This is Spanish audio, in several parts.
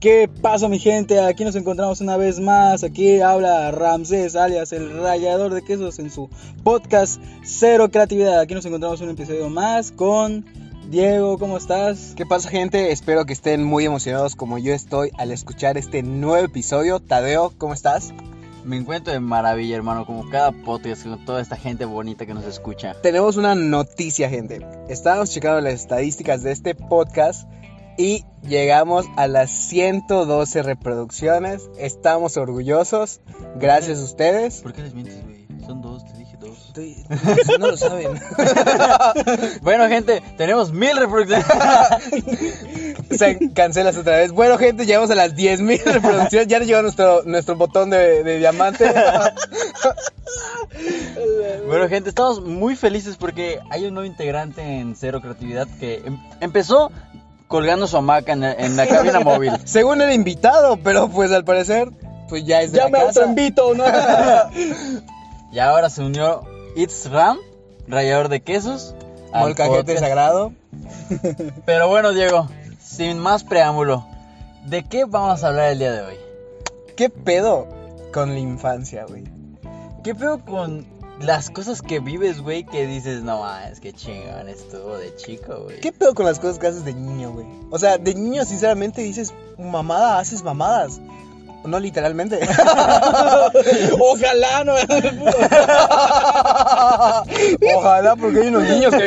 ¿Qué pasa mi gente? Aquí nos encontramos una vez más. Aquí habla Ramsés, alias el rayador de quesos en su podcast Cero Creatividad. Aquí nos encontramos un episodio más con Diego. ¿Cómo estás? ¿Qué pasa gente? Espero que estén muy emocionados como yo estoy al escuchar este nuevo episodio. Tadeo, ¿cómo estás? Me encuentro de maravilla, hermano, como cada podcast con toda esta gente bonita que nos escucha. Tenemos una noticia gente. Estábamos checando las estadísticas de este podcast y llegamos a las 112 reproducciones. Estamos orgullosos. Gracias a ustedes. ¿Por qué les mientes, güey? Son dos, te dije dos. Estoy- No lo saben. Bueno, gente, tenemos mil reproducciones. Se cancelas otra vez. Bueno, gente, llegamos a las 10.000 reproducciones. Ya nos llegó nuestro, nuestro botón de, de diamante. bueno, gente, estamos muy felices porque hay un nuevo integrante en Cero Creatividad que em- empezó colgando su hamaca en la, en la cabina móvil. Según era invitado, pero pues al parecer, pues ya es de Ya la me casa. autoinvito, ¿no? Y ahora se unió It's Ram, rallador de quesos. al Molcajete podcast. sagrado. Pero bueno, Diego, sin más preámbulo, ¿de qué vamos a hablar el día de hoy? ¿Qué pedo con la infancia, güey? ¿Qué pedo con las cosas que vives, güey, que dices, no mames, qué chingón estuvo de chico, güey? ¿Qué pedo con las cosas que haces de niño, güey? O sea, de niño, sinceramente, dices mamada, haces mamadas. No literalmente. Ojalá, ¿no? Ojalá, porque hay unos niños que.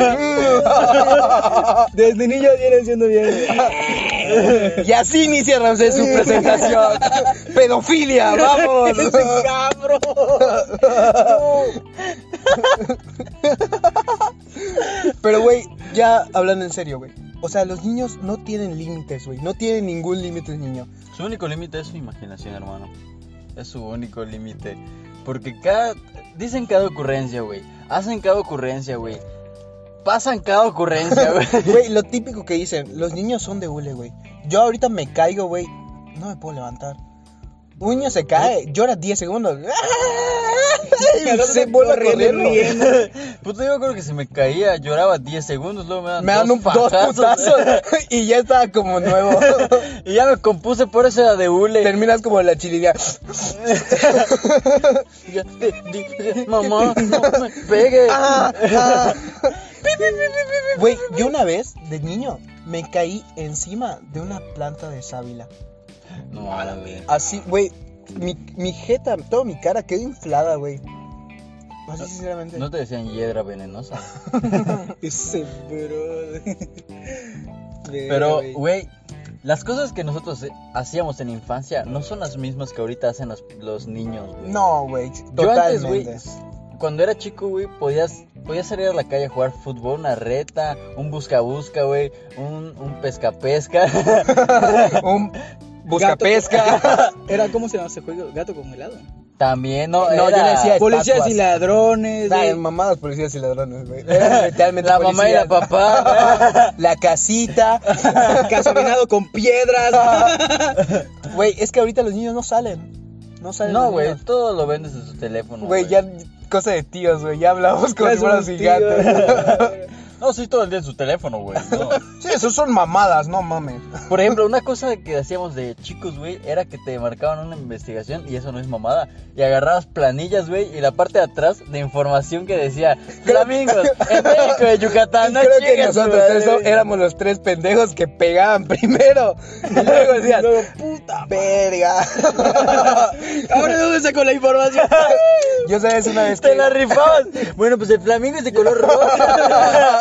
Desde niño vienen siendo bien. y así inicia Ramsés su presentación. Pedofilia, vamos. Ese cabro. No. Pero, güey, ya hablando en serio, güey. O sea, los niños no tienen límites, güey. No tienen ningún límite, niño. Su único límite es su imaginación, hermano. Es su único límite. Porque cada. Dicen cada ocurrencia, güey. Hacen cada ocurrencia, güey. Pasan cada ocurrencia, güey. Güey, lo típico que dicen, los niños son de hule, güey. Yo ahorita me caigo, güey. No me puedo levantar. Un niño se cae, llora 10 segundos. Y Y el otro se vuelve a correr, corriendo, güey. riendo. Puta, yo creo que si me caía, lloraba 10 segundos, luego me dan, Me dan un dos fajazos. putazos y ya estaba como nuevo. Y ya me compuse por esa de hule. Terminas como la chilidad. Ya, di- di- Mamá, no me pegue. Ah. Güey, yo una vez, de niño, me caí encima de una planta de sábila. No, a la vez. Así, güey, mi, mi jeta, toda mi cara quedó inflada, güey. Así, sinceramente. No te decían hiedra venenosa. Ese bro. Pero, güey, las cosas que nosotros eh, hacíamos en la infancia no son las mismas que ahorita hacen los, los niños, güey. No, güey, Yo antes, güey, totalmente. cuando era chico, güey, podías, podías salir a la calle a jugar fútbol, una reta, un busca-busca, güey, un, un pesca-pesca. Un buscapesca. Era como se llama ese juego, gato con helado. También, no, No, yo era le decía Estatuas. Policías y ladrones. eh, Nah, güey. mamadas, policías y ladrones, güey. Era literalmente la mamá y policía. la papá. La casita. Casabinado con piedras. Güey, es que ahorita los niños no salen. No salen. no, los güey, niños. todo lo vendes en su teléfono. Güey, ya cosa de tíos, güey. Ya hablamos con Ya son los fuéramos tíos, gigantes. güey. No, sí, todo el día en su teléfono, güey. no. Sí, eso son mamadas, no mames. Por ejemplo, una cosa que hacíamos de chicos, güey, era que te marcaban una investigación y eso no es mamada. Y agarrabas planillas, güey, y la parte de atrás de información que decía Flamingos, en México, de Yucatán, Y no creo que chingues, nosotros madre, tres so- güey. éramos los tres pendejos que pegaban primero. Y luego decían, Luego, puta verga. Ahora de dónde sacó la información. Yo sabes una vez que. Te la rifabas. Bueno, pues el flamingo es de color rojo.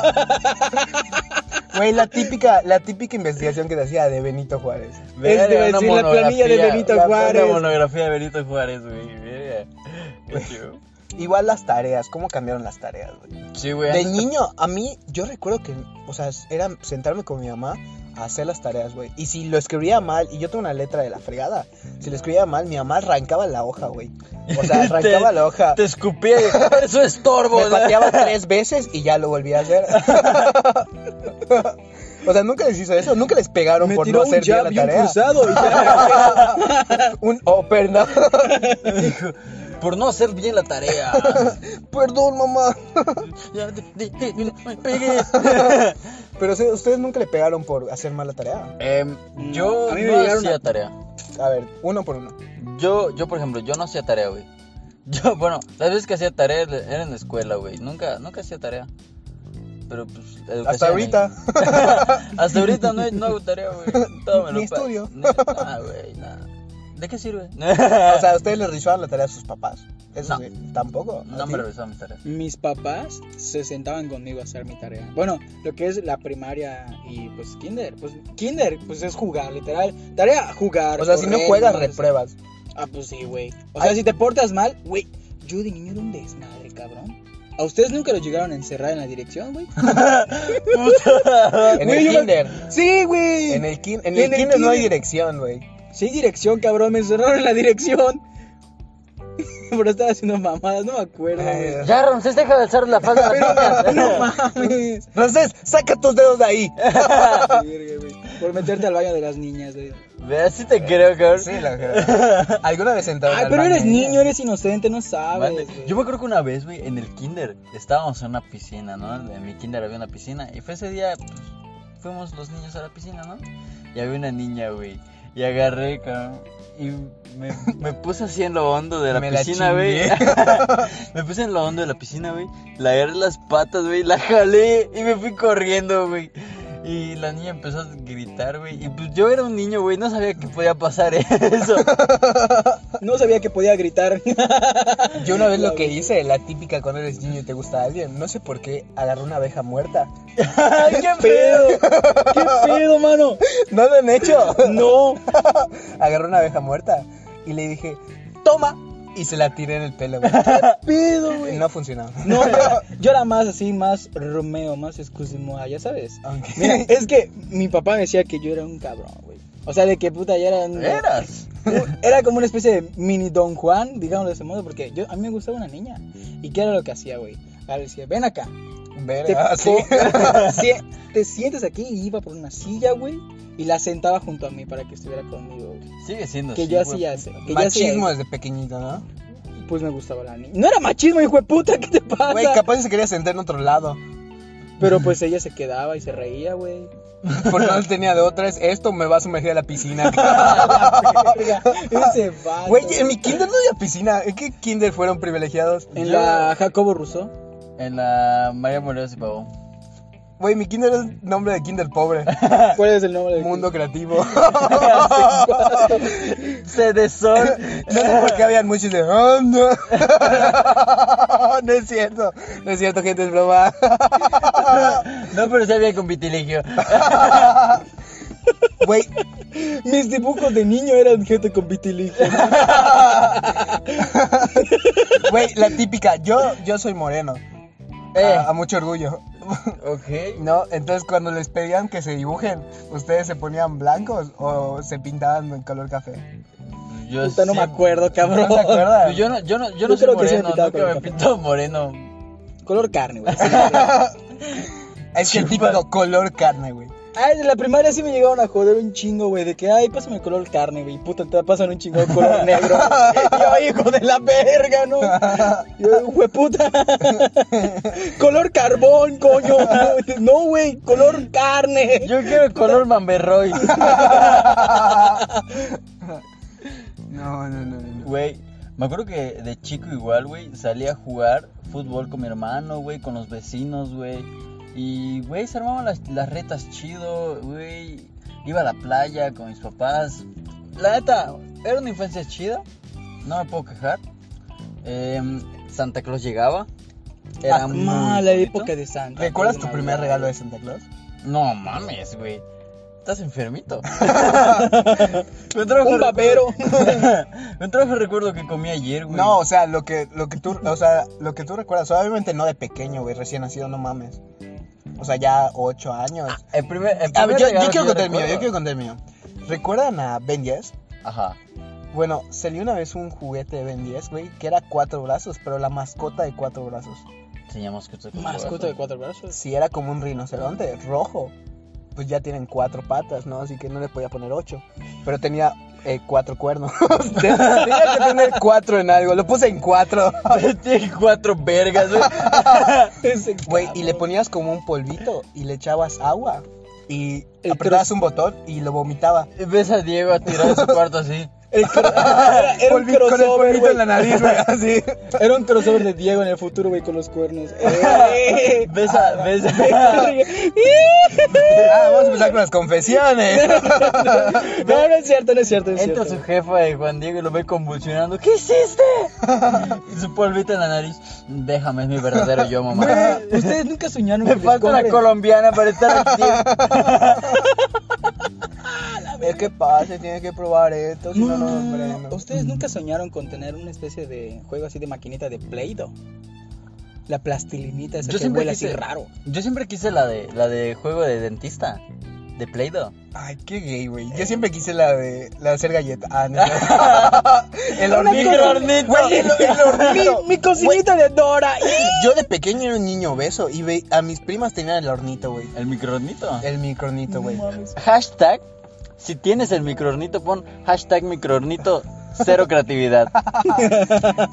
Este, Güey, la típica, la típica investigación que te hacía de Benito Juárez. Verga, te iba a una decir, la planilla de monografía, Benito la- Juárez. Una monografía de Benito Juárez, güey. verga. Qué chido. Igual las tareas, ¿cómo cambiaron las tareas, güey? Sí, güey. De antes- niño, a mí, yo recuerdo que, o sea, era sentarme con mi mamá a hacer las tareas, güey. Y si lo escribía mal, y yo tengo una letra de la fregada, si lo escribía mal, mi mamá arrancaba la hoja, güey. O sea, arrancaba Te- la hoja. Te escupía. y- Eso es estorbo. Me ¿no? pateaba tres veces y ya lo volví a hacer. o sea, nunca les hizo eso, nunca les pegaron Me por tiró no un hacer bien jab la y un tarea. Oh, cruzado. Y ya, Un open, ¿no? por no hacer bien la tarea. Perdón, mamá. Ya, di- di- di- di- no me pegues. Pero sí, ustedes nunca le pegaron por hacer mala tarea. Em, No, yo a mí me no llegaron hacía a- tarea. A ver, uno por uno. Yo, yo, por ejemplo, yo no hacía tarea, güey. Yo, bueno, las veces que hacía tarea era en la escuela, güey. Nunca, nunca hacía tarea. Pero pues, educación, Hasta ahorita. Hasta ahorita no, he- no hago tarea, güey. Todo me lo Ni pa- estudio. Ni- Nah, güey, nah. ¿De qué sirve? O sea, ustedes les revisaban la tarea a sus papás. Eso No. sí, tampoco. ¿A no ti? me revisaban mis tareas. Mis papás se sentaban conmigo a hacer mi tarea. Bueno, lo que es la primaria y pues kinder. Pues kinder, pues es jugar, literal. Tarea, jugar. O sea, si no correr, juegas, no sé. repruebas. Ah, pues sí, güey. O Ay. sea, si te portas mal, güey. Yo de niño era un desmadre, cabrón. ¿A ustedes nunca los llegaron a encerrar en la dirección, güey? En Güey, el yo me- kinder. Sí, güey. En el, kin- en Y el en el kinder no hay kinder. dirección, güey. Sí, dirección, cabrón. Me encerraron en la dirección. Pero estaba haciendo mamadas, no me acuerdo, güey. Ay, Ya, Ramsés, deja de alzar la falda de las No niñas. mames. Entonces, saca tus dedos de ahí. Verga, güey. Por meterte al baño de las niñas, güey. Ve, así te creo, cabrón. Sí, la verdad. ¿Alguna vez entraron Ay, al pero baño eres de niño, niñas? eres inocente, no sabes. Mande. güey. Yo me acuerdo que una vez, güey, en el kinder, estábamos en una piscina, ¿no? En mi kinder había una piscina y fue ese día, pues, fuimos los niños a la piscina, ¿no? Y había una niña, güey, y agarré, cabrón, y me, me puse así en lo hondo de la Me la piscina, güey. me puse en lo hondo de la piscina, güey, la agarré las patas, güey, la jalé y me fui corriendo, güey. Y la niña empezó a gritar, güey. Y pues yo era un niño, güey. No sabía que podía pasar eso. No sabía que podía gritar. Yo una vez lo que hice, la típica cuando eres niño y te gusta alguien, no sé por qué agarré una abeja muerta. ¡Ay, qué pedo! ¡Qué pedo, mano! No lo han hecho. No. Agarré una abeja muerta y le dije, toma. Y se la tiré en el pelo, güey. Pedo, güey. No funcionaba. No, yo era, yo era más así, más Romeo, más excusimoa, ya sabes. Aunque- Mira, es que mi papá me decía que yo era un cabrón, güey. O sea, de que puta, ya era un... Eras. Era como una especie de mini Don Juan, digámoslo de ese modo, porque yo, a mí me gustaba una niña. ¿Y qué era lo que hacía, güey? Ahora decía, ven acá. Te, Verga, Ah, sí. po- sie- te sientes aquí y iba por una silla, güey, y la sentaba junto a mí para que estuviera conmigo, güey. Sigue siendo Que así, yo güey. hacía eso. Que yo hacía Machismo desde pequeñito, ¿no? eso. Pues me gustaba la niña. No era machismo, hijo de puta, ¿qué te pasa? Güey, capaz se quería sentar en otro lado. Pero pues ella se quedaba y se reía, güey. Por no tenía de otra, es esto me va a sumergir a la piscina. Verga, Ese vato. Güey, en mi kinder no había piscina. ¿En qué kinder fueron privilegiados? En la Jacobo Rousseau. En la María Morelos y Pavón. Güey, mi kinder es nombre de kinder pobre. ¿Cuál es el nombre del Ah, Mundo creativo. Se desol. No sé por qué habían muchos de. "Ah, no. No es cierto. No es cierto, gente, es broma. No, pero se había con vitiligio. Güey, Mis dibujos de niño eran gente con vitiligio. güey, la típica. Yo, yo soy moreno. Eh. A, a mucho orgullo. Ok. No, entonces cuando les pedían que se dibujen, ¿ustedes se ponían blancos o se pintaban en color café? Yo Puta, no me siempre- acuerdo, cabrón. ¿No se acuerdan? Yo no, yo no, yo Yo no soy creo que sí me moreno, pintaba nunca con me el pinto moreno. Color carne, güey. Es que el típico color carne, güey. Ay, de la primaria sí me llegaron a joder un chingo, güey. De que, ay, pásame el color carne, güey. Puta, te pasan un chingo de color negro. yo, hijo de la verga, ¿no? Yo, güey, puta. color carbón, coño. No, güey, color carne. Yo quiero el color mamberroy. No, no, no, no. Güey, me acuerdo que de chico igual, güey, salía a jugar fútbol con mi hermano, güey, con los vecinos, güey. Y, güey, se armaban las, las retas chido, güey. Iba a la playa con mis papás. La neta, era una infancia chida. No me puedo quejar. Em, Santa Claus llegaba. Era muy Ah, Mala bonito. época de Santa. ¿Recuerdas güey, tu Navidad. primer regalo de Santa Claus? No mames, güey. Estás enfermito. me Un papero. papero. me trajo el recuerdo que comí ayer, güey. No, o sea, lo que, lo que tú, o sea, lo que tú recuerdas, obviamente no de pequeño, güey, recién nacido, no mames. O sea, ya ocho años. El primer, el A ver, Ah, primer yo, regalo yo quiero que contar el mío, yo recuerdo- quiero contar el mío. ¿Recuerdan a Ben 10? Ajá. Bueno, salió una vez un juguete de Ben 10, güey, que era cuatro brazos, pero la mascota de cuatro brazos. Enseñamos que usted Mascota de cuatro brazos. Si era como un rinoceronte, rojo. Pues ya tienen cuatro patas, ¿no? Así que no le podía poner ocho. Pero tenía eh, cuatro cuernos. Tenía que tener cuatro en algo. Lo puse en cuatro. Tiene cuatro vergas, güey. Ese Güey, y le cabrón. ponías como un polvito y le echabas agua. Y El apretabas un botón y lo vomitaba. Ves a Diego tirado de su cuarto así. El cro- era, era un Polvi- con el crossover, polvito güey. en la nariz, güey, así. Era un crossover de Diego en el futuro, güey, con los cuernos. Eh. Ves a. Ves a. Ah, vamos a empezar con las confesiones. no, no es cierto, no es cierto, no es Entra cierto. su jefa de Juan Diego y lo ve convulsionando. ¿Qué hiciste? Y su polvito en la nariz. Déjame, es mi verdadero yo, mamá. Güey, Ustedes nunca soñaron Me les falta la compren- colombiana para estar aquí. es que pase, tiene que probar esto. Si No, no, no, no, no, lo no, no. prendo. ¿Ustedes nunca soñaron con tener una especie de juego así de maquinita de Play-Doh? La plastilinita esa Yo que siempre huele así quise- raro. Yo siempre quise la de la de juego de dentista. De Play-Doh. Ay, qué gay, güey. Yo siempre quise la de, la de hacer galleta. Ah, no. el hornito. microhornito. Güey, el, el hornito. Mi, mi cocinita de Dora. Yo de pequeño era un niño obeso y ve- a mis primas tenían el hornito, güey. El microornito. El micronito, güey. Hashtag. Si tienes el microornito, pon hashtag microornito cero creatividad.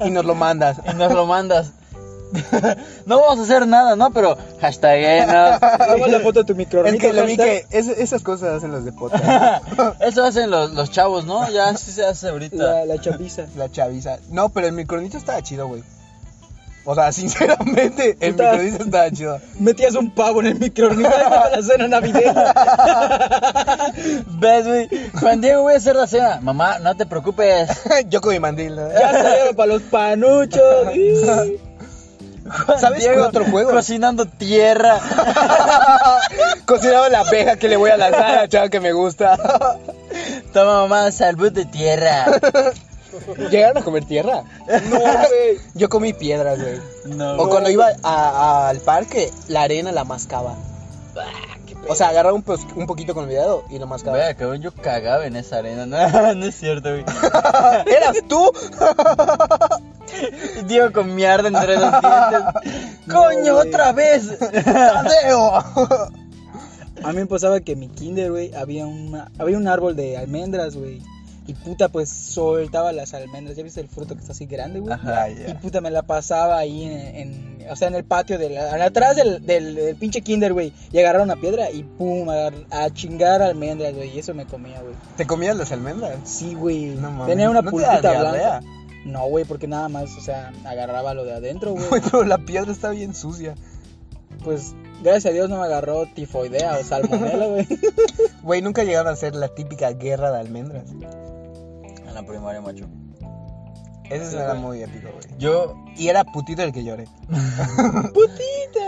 Y nos lo mandas. Y nos lo mandas. No vamos a hacer nada, ¿no? Pero eh, hashtaguenos. Toma la foto de tu Es microornito. que lo vi hashtag. que es- esas cosas hacen los de podcast. Eso hacen los, los chavos, ¿no? Ya sí se hace ahorita. La, la chapiza. La chaviza. No, pero el micronito estaba chido, güey. O sea, sinceramente, el Puta. micronito estaba chido. Metías un pavo en el microornito para la cena navideña. ¿Ves, güey? Juan Diego, voy a hacer la cena. Mamá, no te preocupes. Yo con mi mandil. ¿no? Ya salieron para los panuchos. Juan ¿Sabes Diego cuál otro juego? Cocinando tierra. Cocinaba la abeja que le voy a lanzar a chava que me gusta. Toma, mamá, salud de tierra. ¿Llegaron a comer tierra? No, güey. Yo comí piedras, güey. No. O cuando iba a- a- al parque, la arena la mascaba. O sea, agarraba un, pos- un poquito con el dedo y lo mascaba. Vaya, cabrón, yo cagaba en esa arena. No, no es cierto, güey. ¿Eras tú? Diego con mierda entre los dientes. No, ¡Coño, güey. otra vez! ¡Tadeo! A mí me pasaba que en mi kinder, güey, había, una, había un árbol de almendras, güey. Y puta, pues soltaba las almendras. ¿Ya viste el fruto que está así grande, Ah, güey? Ajá, Y ya. puta, me la pasaba ahí en, en- o sea, en el patio, del, al- atrás del, del- del pinche kinder, güey. Y agarrar una piedra y pum, a, a chingar almendras, güey. Y eso me comía, güey. ¿Te comías las almendras? Sí, güey. No mames. Tenía una ¿No te da pulpita diarrea? blanca. No, güey, porque nada más, o sea, agarraba lo de adentro, Uy, güey. pero la piedra está bien sucia. Pues, gracias a Dios no me agarró tifoidea o salmonela, güey. Güey, nunca llegaron a hacer la típica guerra de almendras. En la primaria, macho. Eso Sí, era güey. muy épico, güey. Yo, Y era putito el que lloré. Putita.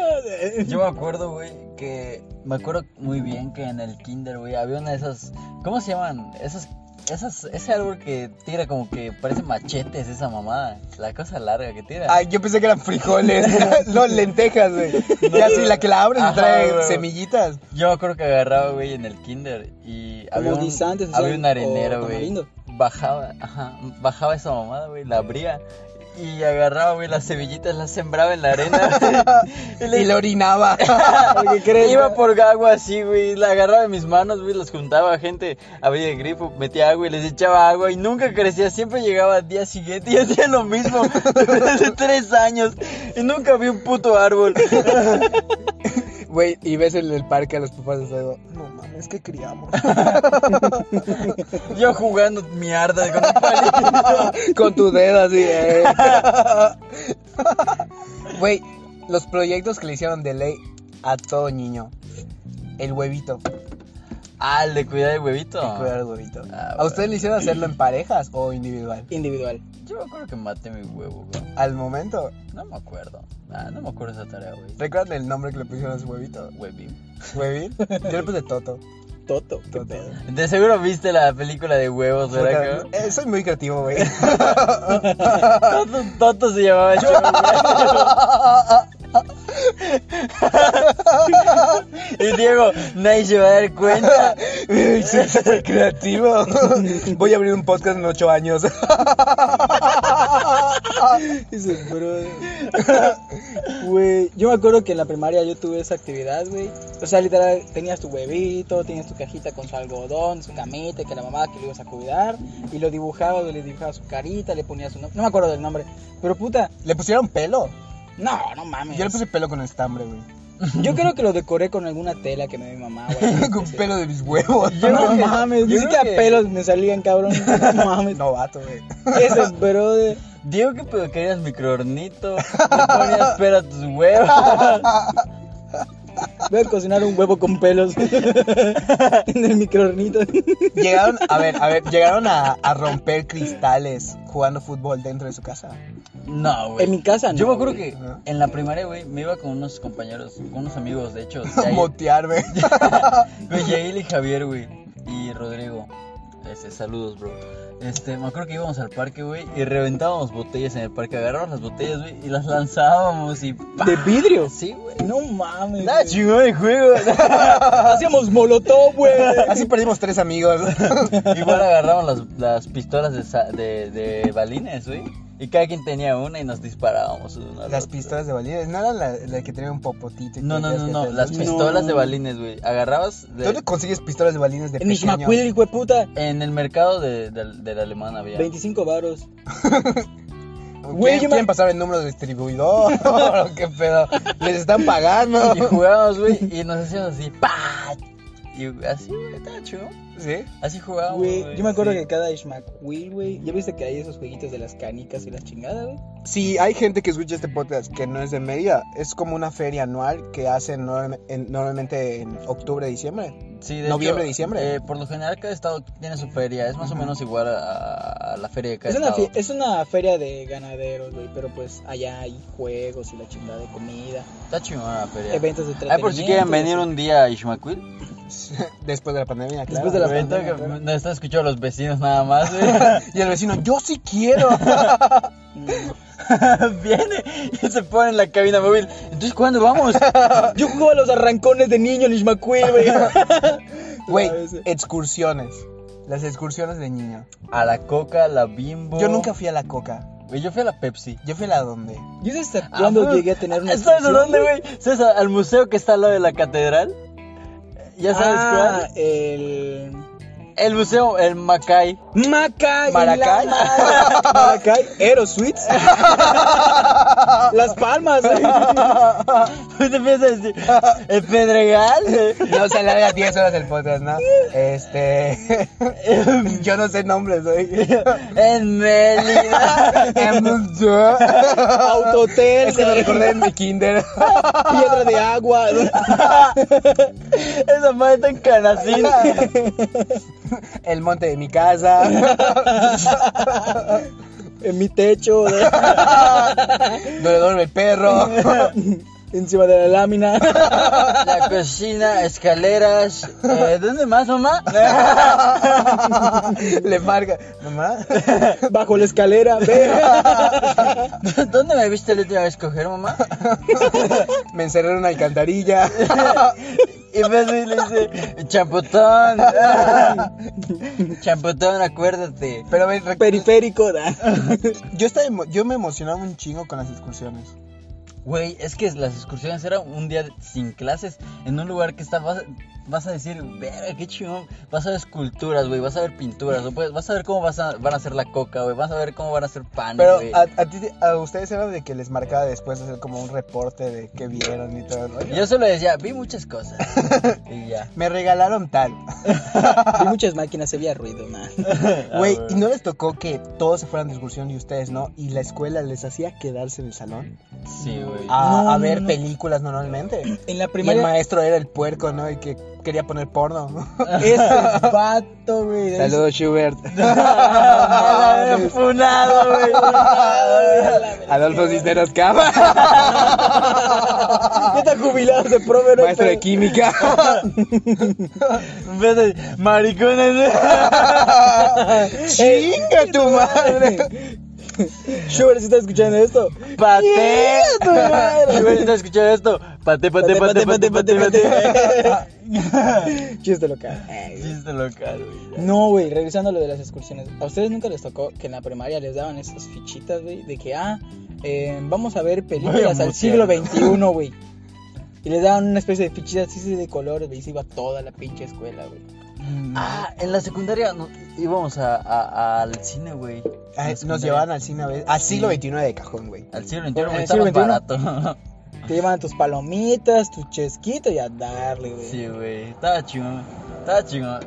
yo me acuerdo, güey, que... Me acuerdo muy bien que en el kinder, güey, había una de esas... ¿Cómo se llaman? Esas... Esas, ese árbol que tira como que parece machetes, esa mamada. La cosa larga que tira. Ay, yo pensé que eran frijoles. no, lentejas, güey. Y así la que la abres Ajá, y trae güey. semillitas. Yo me acuerdo que agarraba, güey, en el kinder y había un, guisantes, o sea, había un arenero, o güey. tamarindo. Bajaba, ajá, bajaba esa mamada, güey, la abría y agarraba, güey, las cebillitas, las sembraba en la arena. y le- Y la orinaba. Porque crees, iba por agua así, güey, la agarraba de mis manos, güey, las juntaba, gente, había de grifo, metía agua y les echaba agua y nunca crecía, siempre llegaba al día siguiente y hacía lo mismo durante tres años y nunca vi un puto árbol. Güey, y ves en el parque a los papás de digo, no mames, que criamos. Yo jugando mierda con un palito. Con tu dedo así. eh. Güey, los proyectos que le hicieron de ley a todo niño. El huevito. Ah, el de cuidar el huevito. Cuidar el huevito. Ah, ¿A bueno. ustedes le hicieron hacerlo en parejas o individual? Individual. Yo me acuerdo que maté mi huevo, güey. Al momento, No me acuerdo. Ah, no me acuerdo esa tarea, güey. ¿recuerdan el nombre que le pusieron a su huevito? Huevín. ¿Huevín? Yo le puse Toto. Toto. qué Toto. pedo. De seguro viste la película de huevos, ¿verdad? Puta, eh, soy muy creativo, güey. cabrón? Toto, Toto se llamaba el chavo, güey. Y Diego, nadie se va a dar cuenta. Uy, Soy súper creativo. Voy a abrir un podcast en ocho años. Dice, bro. Güey, yo me acuerdo que en la primaria yo tuve esa actividad, güey. O sea, literal, tenías tu huevito, tenías tu cajita con su algodón, su camita, que la mamá que lo ibas a cuidar. Y lo dibujabas, güey, le dibujabas su carita, le ponías su nombre. No me acuerdo del nombre. Pero puta, Le pusieron pelo. no, no mames. Yo le puse pelo con estambre, güey. Yo creo que lo decoré con alguna tela que me dio mi mamá, güey. con pelo de mis huevos. Yo no creo que- mames, yo ni creo siquiera que- pelos me salían, cabrón. No mames. Novato, güey. Ese eh, brother. Diego, que pedo querías microornito, le ponías pera a tus huevos. Voy a cocinar un huevo con pelos en el microornito. Llegaron, a ver, a ver, llegaron a, a romper cristales jugando fútbol dentro de su casa. No, güey. En mi casa, no. Yo me acuerdo güey. que en la primaria, güey, me iba con unos compañeros, con unos amigos, de hecho, Yael, Motear, güey. güey, Yael y Javier, güey, y Rodrigo. Este, saludos, bro. Este, me acuerdo que íbamos al parque, güey, y reventábamos botellas en el parque, agarrábamos las botellas, güey, y las lanzábamos y ¡pa! ¿De vidrio? Sí, güey. No mames. Nada güey. chingón el juego. Hacíamos molotov, güey. Así perdimos tres amigos. Igual agarraban las, las pistolas de, sa- de, de balines, güey. Y cada quien tenía una y nos disparábamos. una a Las otra. pistolas de balines, no eran la, la que tenía un popotito. y No, que no, tenías no, que no. hacer- Las No. pistolas de balines, güey. Agarrabas de- ¿Dónde consigues pistolas de balines de En pequeño? Ixmaquil, güey, puta. en el mercado de, de, del alemán había. 25 varos. Güey, ¿Quieren, yo me- quieren pasar el número de distribuidor? Oh, ¿Qué pedo? Les están pagando. Y jugábamos, güey, y nos hacíamos así, pa Y así, güey, tacho. ¿Sí? Así jugábamos, Güey, güey. yo me acuerdo sí. que cada Ishmaquil, güey. ¿Ya viste que hay esos jueguitos de las canicas y la chingada, güey? Si hay gente que escucha este podcast que no es de Mérida, es como una feria anual que hacen norm- en- normalmente en octubre, diciembre. Sí, de Noviembre, hecho, diciembre. eh, por lo general, cada estado tiene su feria. Es más o menos igual a, a la feria de cada Es una, estado. fie- es una feria de ganaderos, güey. Pero pues allá hay juegos y la chingada de comida. Está chingona la feria. Eventos de entretenimiento. Ay, por si quieren venir un día a Ishmaquil. Después de la pandemia, claro. Después de la Güey, pandemia, tengo que- claro. No están escuchando los vecinos nada más, güey. Y el vecino, yo sí quiero. Mm. Viene y se pone en la cabina móvil. Entonces, ¿cuándo vamos? Yo jugaba a los arrancones de niño en Ishmaquil, güey. Güey, Otra vez. excursiones. Las excursiones de niño. A la coca, a la bimbo. Oh. Yo nunca fui a la coca. Güey, yo fui a la Pepsi. Yo fui a la donde. Yo sé hasta cuándo Ah, llegué a tener una ¿Sabes a excursión, dónde, güey? ¿Sabes? a- Al museo que está al lado de la catedral. Ya sabes ah, el... cuál. El museo, el Macay. Macay. Maracay. la madre. Maracay. Aero Suites. Las Palmas. Ah. ¿Qué te empiezas a decir? El Pedregal. No se alarga 10 horas el podcast, ¿no? Este. yo no sé nombres, güey. El Mérida. Autotel. es que lo recordé en mi kinder. Piedra de agua. Esa madre está en Canacín. El monte de mi casa. En mi techo. Donde duerme el perro. Encima de la lámina. La cocina, escaleras. Eh, ¿Dónde más, mamá? Le marca. Mamá. Bajo la escalera. Ve. ¿Dónde me viste la última vez coger, mamá? Me encerré en una alcantarilla. Y me hace y le dice, champutón. champutón, acuérdate. Pero ven, rec- Periférico. da. yo, estaba emo- yo me emocionaba un chingo con las excursiones. Güey, es que las excursiones eran un día sin clases en un lugar que está, vas, vas a decir, verga, qué chingón. Vas a ver esculturas, güey, vas a ver pinturas, o puedes- vas a ver cómo vas a- van a hacer la coca, güey, vas a ver cómo van a hacer pan, Pero güey. a, a ti, te- a ustedes era de que les marcaba después hacer como un reporte de qué vieron y todo el rollo. Yo solo decía, vi muchas cosas. y ya. Me regalaron tal. Y muchas máquinas. Se veía ruido. man. Ah, Güey, ¿y no les tocó que todos se fueran de excursión y ustedes no? Y la escuela les hacía quedarse en el salón Sí, güey. a, No, a no, ver no. películas normalmente. En la Y el primaria. maestro era el puerco, ¿no? Y que quería poner porno. Este vato, güey. Schubert. Ah, la había funado, güey. Adolfo Cisneros Cava, Ya está jubilado de profe, ¿no? maestro de química. En vez de maricones. Eh, ¡Chinga tu madre! Schubert, si estás escuchando esto. Paté. ¡Yeah, tu madre! Schubert, ¿estás escuchando esto? Paté, paté, paté, paté, paté, paté. Chiste local. Chiste local, güey. No, güey, regresando a lo de las excursiones. ¿A ustedes nunca les tocó que en la primaria les daban esas fichitas, güey? De que, ah, eh, vamos a ver películas Voy a al siglo mutear. XXI, güey. Y les daban una especie de fichitas así de colores, güey. Y se iba toda la pinche escuela, güey. Mm, Ah, en la secundaria no- íbamos a, a- al cine, güey. Ah, En la Nos secundaria. llevaban al cine a ver. A siglo XXI de cajón, güey. Al siglo XXI, Al güey, siglo estaba barato. Te llevan tus palomitas, tu chesquito y a darle, güey. Sí, güey, estaba chingón. Estaba chingón.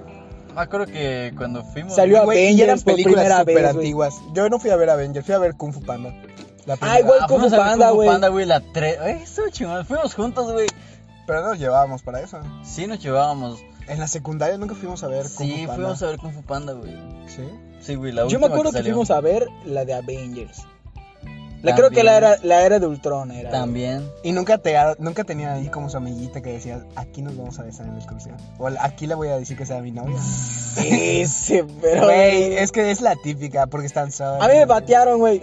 Me acuerdo que cuando fuimos. Salió a- Güey, y eran Avengers por películas primera vez, súper güey. antiguas. Yo no fui a ver Avengers, fui a ver Kung Fu Panda. La primera. Ay, güey, Ah, Kung Fu fuimos a ver Panda, Kung Fu güey. Panda, güey, la 3. Güey, estuvo chingón. Fuimos juntos, güey. Pero no nos llevábamos para eso. Sí, nos llevábamos. En la secundaria nunca fuimos a ver Kung Sí, Fu Panda. fuimos a ver Kung Fu Panda, güey. Sí. Sí, güey, la Yo última me acuerdo que, salió. fuimos a ver la de Avengers. La creo que También. la era, la era de Ultron era. güey. También. Y nunca, te, nunca tenía ahí como su amiguita que decía, aquí nos vamos a besar en la excursión. O aquí le voy a decir que sea mi novia. Sí, sí, pero. Güey, es que es la típica, porque están solos. A mí me patearon, güey.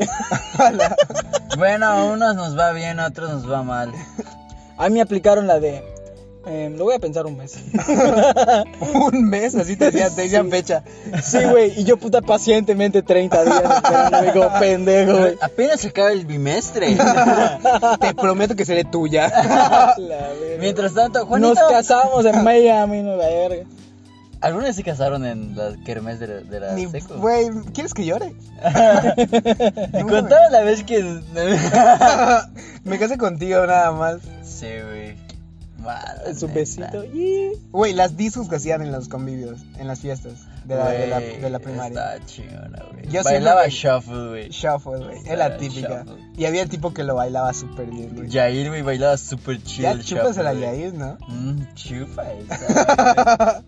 Bueno, a unos nos va bien, a otros nos va mal. A mí me aplicaron la de. em, lo voy a pensar un mes. Un mes, así te decían, te decían Sí. fecha. Sí, güey. Y yo, puta, pacientemente 30 días esperando, güey, como pendejo, güey. Apenas se acaba el bimestre. Te prometo que seré tuya. La verga. Mientras tanto, Juanito. Nos casamos en Miami, no la verga. Algunos se casaron en la kermés de la, de la Ni- seco. Güey, ¿quieres que llore? ¿Me contaron la vez que. Me casé contigo nada más. sí, güey. Madre Su neta. besito. y- Güey, las discos que hacían en los convivios, en las fiestas de la, de la, Güey, de la primaria. Estaba chingona, güey. Yo Bailaba siempre- shuffle, güey. Shuffle, güey, es Ah, la típica. shuffle. Y había el tipo que lo bailaba súper bien, güey. Yair, güey, bailaba super chill. Ya el chúpasela, shuffle, güey. Yair, ¿no? Mm, chupa esa.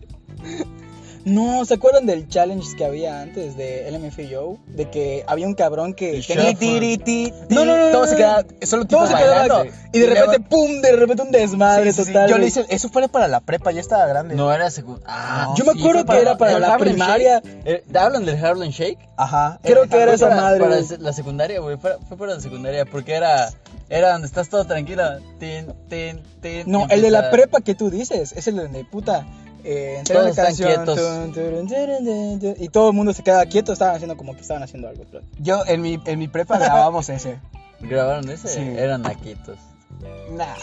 No, ¿se acuerdan del challenge que había antes de LMFAO? De que había un cabrón que El tenía- shuffle. No, no, no, Todo no, se no. quedaba, solo Todo tipo se quedaba bailando. acá, Y de repente, pum, de repente un desmadre Sí, sí, sí. total. Yo le güey. hice, eso fue para la prepa, ya estaba grande. No era secundaria. Ah, Yo me sí, acuerdo fue que era para ¿el la Harlem primaria. Shake? Eh, ¿Te hablan del Harlem Shake? Ajá. Creo que era Fue esa para- madre, Para güey. se- la secundaria, güey. Fue, fue para la secundaria porque era. Era donde estás todo tranquilo. Tin, tin, tin. No, y el de la empieza- prepa que tú dices, es el de puta. Eh, entra Todos la están canción, quietos. tun, turun, turun, turun, turun, y todo el mundo se queda quieto, estaban haciendo como que estaban haciendo algo. pero- Yo en mi, en mi prepa grabábamos ese. ¿Grabaron ese? Sí. Eran naquitos. Nah.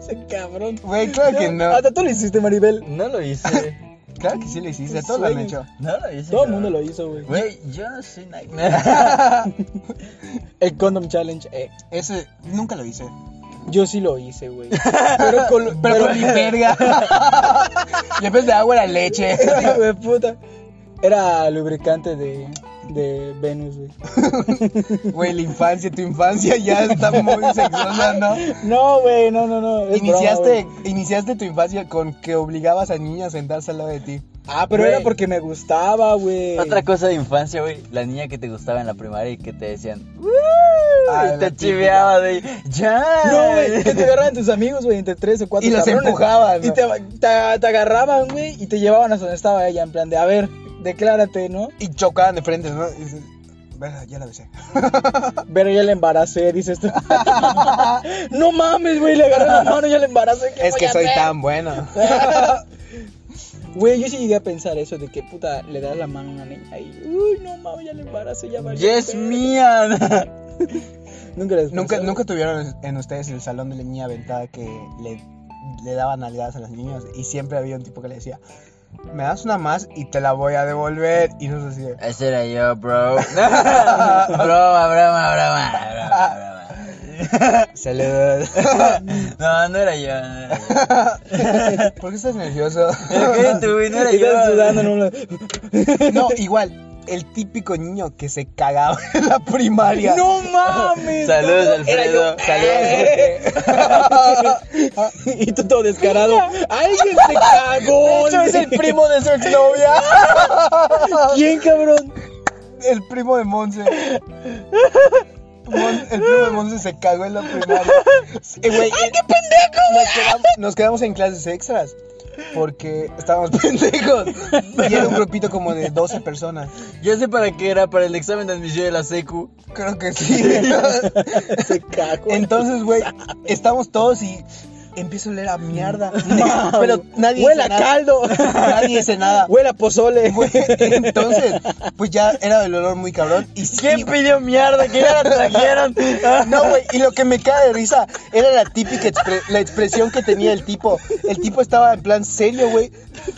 Ese cabrón. Güey, claro que no. Hasta tú lo hiciste, Maribel. No lo hice. Claro que sí lo hiciste, todos lo han hecho. No lo hice. Todo el cabrón. mundo lo hizo, güey. Güey, yo no soy naquito. El condom challenge, eh. Ese nunca lo hice. Yo sí lo hice, güey. Pero con, Pero, con mi verga. y en vez de agua era leche. Ese hijo de puta. Era lubricante de, de Venus, güey. Güey, la infancia, tu infancia ya está muy sexosa, ¿no? No, güey, no, no, no. es broma, Iniciaste, güey. iniciaste tu infancia con que obligabas a niñas a sentarse al lado de ti. ah, pero Güey. era porque me gustaba, güey. Otra cosa de infancia, güey. La niña que te gustaba en la primaria y que te decían. "Woo", Ah, y la te típica. chiveaba de. ¡Ya! No, güey, que te agarraban tus amigos, güey, entre tres o cuatro Y los cabrones. empujaban, Y ¿no? te, te- te agarraban, güey, y te llevaban hasta donde estaba ella, en plan de, a ver, declárate, ¿no? Y chocaban de frente, ¿no? Y dices, "Verga, ya la besé. Pero ya la embaracé, dices tú. no mames, güey, le agarré la mano, ya la embaracé. ¿qué Es voy que a soy hacer? tan bueno. Güey, yo sí llegué a pensar eso de que puta le das la mano a una niña y uy, no mames, ya le embarazo, ya valió ¡Yes, verga". mía! Nunca les ¿Nunca, pensé. nunca tuvieron en ustedes el salón de la niña aventada que le, le daban nalgadas a los niños y siempre había un tipo que le decía, me das una más y te la voy a devolver. Y no sé si... Ese era yo, bro. broma, broma, broma, broma, broma. Saludos. No, no era yo. No era yo. ¿Por qué estás nervioso? ¿Qué tú, güey? No era Y estás yo. sudando en un lado. No, igual, el típico niño que se cagaba en la primaria. No mames. Saludos, cabrón, era yo. Alfredo. Saludos. y tú todo descarado. Alguien se cagó. De hecho, es el primo de su exnovia. ¿Quién, cabrón? El primo de Monse. Mon- el primo de Monse se cagó eh, en la primaria. ¡Ay, qué pendejo! Nos quedamos, nos quedamos en clases extras. porque estábamos pendejos. Y era un grupito como de 12 personas. Ya sé para qué era, para el examen de admisión de la secu. Creo que sí. ¿no? Se cagó. Entonces, güey, estamos todos y empiezo a oler a mierda. Pero nadie Huele a dice nada. caldo. Nadie dice nada. Huele a pozole. Güey, Entonces, pues ya era el olor muy cabrón. Y sí, ¿Quién pidió mierda? ¿Quién la trajeron? No, güey, y lo que me cae de risa era la típica expre- la expresión que tenía el tipo. El tipo estaba en plan serio, güey,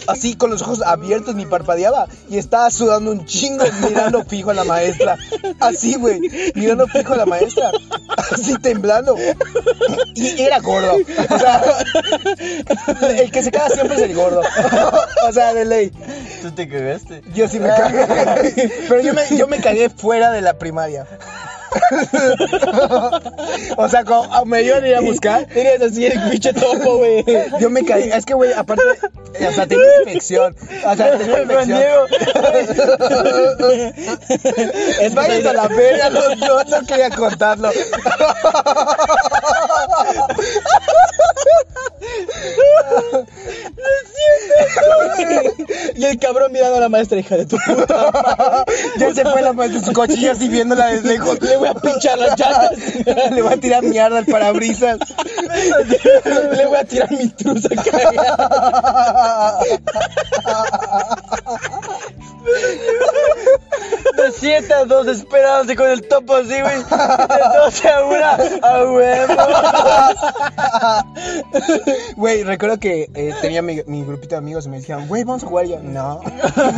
así con los ojos abiertos, ni parpadeaba, y estaba sudando un chingo, mirando fijo a la maestra. Así, güey, mirando fijo a la maestra, así temblando. Y era gordo. O sea, el que se caga siempre es el gordo. O sea, de ley. Tú te cagaste. Yo sí me cagué. Pero yo me, yo me cagué fuera de la primaria. o sea, como ah, me iban a ir a buscar. Tenías así el pinche topo, güey. Yo me caí. Es que, güey, aparte, eh, hasta tengo infección. O sea, tengo Juan infección. Diego. Es Vayan a la feria, no, no, no quería contarlo. Y el cabrón mirando a la maestra, hija de tu puta. Ya se fue la maestra en su coche y yo así viéndola desde lejos. Le voy a pinchar las llantas. Le voy a tirar mierda al parabrisas. Le voy a tirar mi truza cagada. Te sientas dos desesperados y con el topo así, güey. De 12 a 1, a huevo. Güey, recuerdo que eh, tenía mi, mi grupito de amigos y me dijeron, güey, vamos a jugar. Y yo, no.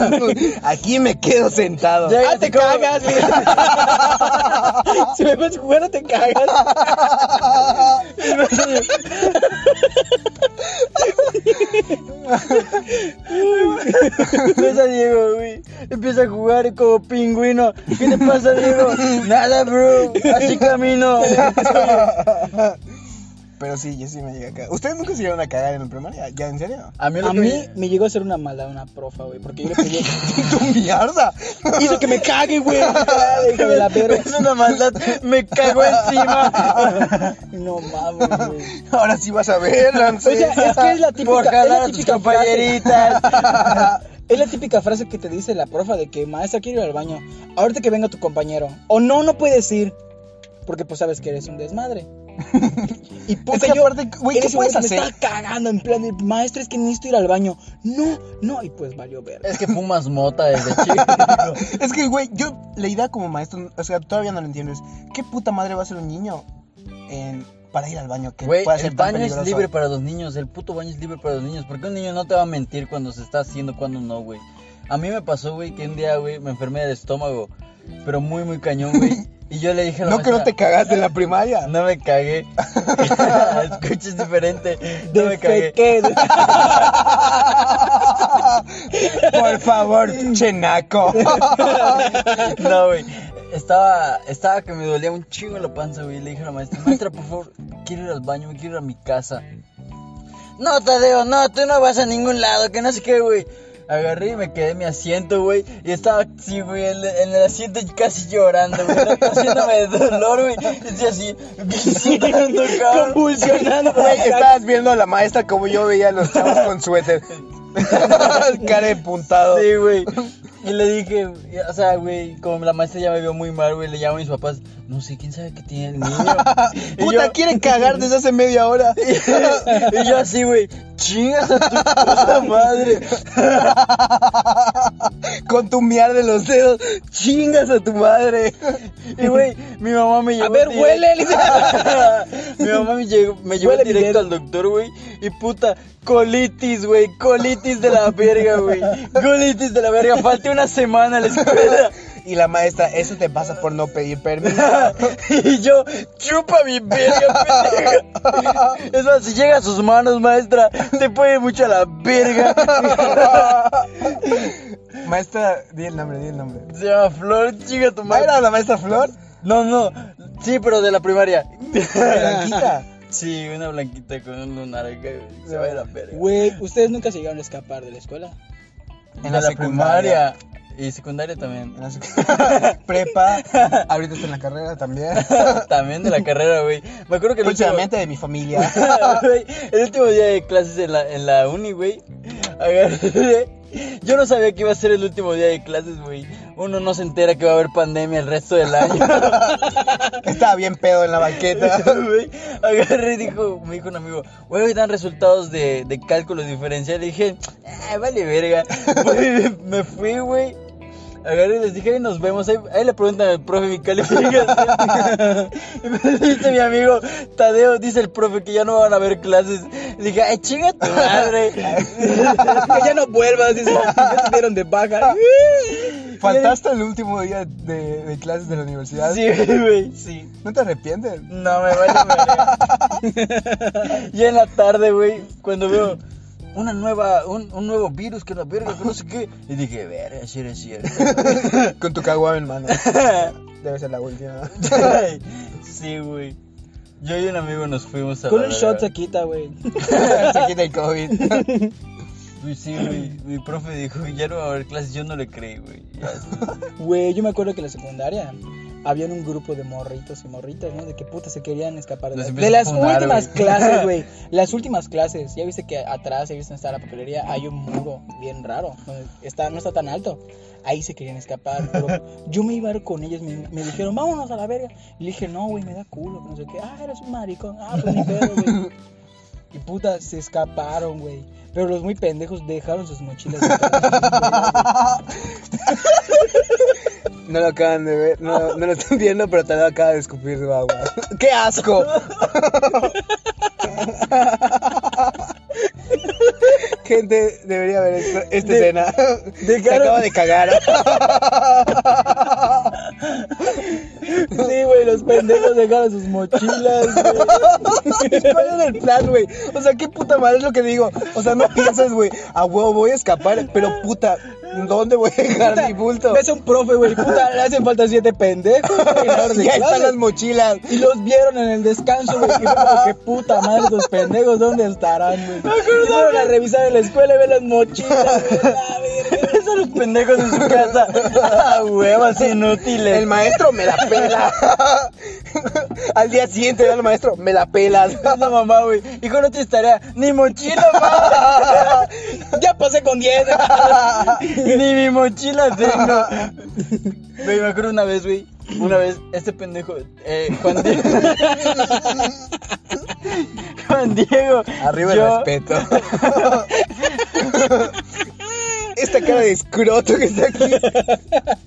Aquí me quedo sentado. Ah, te cagas, güey. Si me vas a jugar, no te cagas. Empieza Diego, güey. Empieza a jugar como pingüino. ¿Qué te pasa, Diego? Nada, bro. Así camino. Pero sí, yo sí me llegué a cagar. ¿Ustedes nunca se llegaron a cagar en la primaria? ¿Ya en serio? A mí A mí me llegó a ser una mala una profa, güey. Porque yo le pedí. ¡Tu mierda! Hizo que me cague, güey. Ay, hijo de la verga. Es una maldad. Me cago encima. No mames, güey. Ahora sí vas a ver, O Lance. sea, es que es la típica. Por es la jalar a tus típica frase- compañeritas. Es la típica frase que te dice la profa de que maestra quiero ir al baño. Ahorita que venga tu compañero. O no, no puedes ir. Porque pues sabes que eres un desmadre. Y puta, que yo, aparte, güey, en ¿qué ese momento puedes Me hacer? estaba cagando en plan de maestra, es que necesito ir al baño. No, no, y pues valió verga. Es que fumas mota desde chico. Es que, güey, yo la idea como maestro, o sea, todavía no lo entiendo. Es, ¿qué puta madre va a ser un niño en- para ir al baño? Que Güey, pueda ser el tan baño es peligroso? libre para los niños. El puto baño es libre para los niños. Porque un niño no te va a mentir cuando se está haciendo, cuando no, güey. A mí me pasó, güey, que un día, güey, me enfermé del estómago. Pero muy, muy cañón, güey. Y yo le dije a la No que no maestra, te cagaste en la primaria. No me cagué. Escuches diferente. No me cagué. Defequé. Por favor, chenaco. No, güey. Estaba, estaba que me dolía un chingo la panza, güey. Le dije a la maestra, maestra, por favor, quiero ir al baño, me quiero ir a mi casa. No, Tadeo, no, tú no vas a ningún lado, que no sé qué, güey. Agarré y me quedé en mi asiento, güey. Y estaba así, güey, en, en el asiento casi llorando, güey. Haciéndome de dolor, güey. Estoy así, llorando, cabrón. Convulsionando. Güey, estabas viendo a la maestra como yo veía a los chavos con suéter. Cara de puntado. Sí, güey. Y le dije, o sea, güey, como la maestra ya me vio muy mal, güey, le llamo a mis papás, no sé quién sabe qué tiene el niño. Y Puta, yo- quieren cagar desde hace media hora. Y yo así, güey, chingas a tu puta madre. Con tu miar de los dedos, chingas a tu madre. Y, güey, mi mamá me llevó. A ver, directo- huele. le dice. mi mamá me, llegó- me llevó Huele directo bien. al doctor, güey. Y puta, colitis, güey. Colitis de la verga, güey. Colitis de la verga. Falté una semana a la escuela. Y la maestra, eso te pasa por no pedir permiso. y yo, chupa mi verga, pendeja. Es más, si llega a sus manos, maestra, te puede ir mucho a la verga. Maestra, di el nombre, di el nombre. Se llama Flor, chinga tu ¿Ah, madre. ¿Era la maestra Flor? No, no, sí, pero de la primaria. Blanquita. Sí, una blanquita con un lunar acá, güey. Se va a ir a la verga. Güey, ustedes nunca se llegaron a escapar de la escuela. En de la la secundaria. primaria. Y secundaria también. En la sec- Prepa, ahorita está en la carrera también. también de la carrera, güey. Me acuerdo que el último- Últimamente de mi familia. Güey, el último día de clases en la, en la uni, güey. agarré- Yo no sabía que iba a ser el último día de clases, güey. Uno no se entera que va a haber pandemia el resto del año. Estaba bien pedo en la banqueta. Güey, Agarré y dijo, me dijo un amigo, güey, hoy dan resultados de, de cálculo diferencial. Y dije, "Ah, vale verga. Güey, me fui, güey. Agarré y les dije, ahí nos vemos. Ahí, ahí le preguntan al profe mi calificación. y me dice mi amigo, Tadeo, dice el profe que ya no van a haber clases. Le dije, ay, chinga tu madre. Que ya no vuelvas, dice, ya te dieron de baja. Faltaste el último día de, de clases de la universidad. sí, güey, sí. ¿No te arrepientes? No, me vale verga. Y en la tarde, güey, cuando veo una nueva, un, un nuevo virus que la verga, que no sé qué. Y dije, verga, si eres cierto. Con tu caguama en mano. Debe ser la última. Ay, sí, güey. Yo y un amigo nos fuimos a Con la un verga. shot se quita, güey. Se quita el COVID. Uy, sí, güey. Mi profe dijo, ya no va a haber clases. Yo no le creí, güey. Ya, Güey, yo me acuerdo que en la secundaria había un grupo de morritos y morritas, ¿no? De que puta se querían escapar de, Los las- empiezas de las a funar, últimas güey. clases, güey. Las últimas clases. Ya viste que atrás, ya viste donde está la papelería, hay un muro bien raro. donde Está, no está tan alto. Ahí se querían escapar, pero yo me iba a ir con ellos, me, me dijeron, vámonos a la verga. Le dije, no, güey, me da culo, que no sé qué. Ah, eres un maricón. Ah, pues ni pedo, güey. Y puta, se escaparon, güey. Pero los muy pendejos dejaron sus mochilas. No lo acaban de ver, no, no lo están viendo, pero Tadeo acaba de escupir su agua. ¡Qué asco! Gente debería ver esto- esta De- escena. Se dejaron- acaba de cagar. Sí, güey, los pendejos dejaron sus mochilas, güey. ¿Cuál es el plan, güey? O sea, qué puta madre es lo que digo. O sea, no piensas, güey, a huevo voy a escapar, pero puta, ¿dónde voy a dejar mi bulto? Ves a un profe, güey, puta, le hacen falta siete pendejos, güey, en la hora de Y ahí están clases. las mochilas. Y los vieron en el descanso, güey, que fue como que puta madre, los pendejos, ¿dónde estarán, güey? Fueron a revisar en la escuela y ven las mochilas, güey, la verga. Ves a los pendejos en su casa. Ah, huevas inútiles. El maestro me la pela. Al día siguiente, al maestro, me la pelas. Es la mamá, güey. Hijo, no te tarea. Ni mochila, mamá. Ya pasé con diez. Ni mi mochila tengo. Güey, me acuerdo una vez, güey. Una vez, este pendejo, eh, Juan Diego. Juan Diego. Arriba yo- el respeto. Esta cara de escroto que está aquí.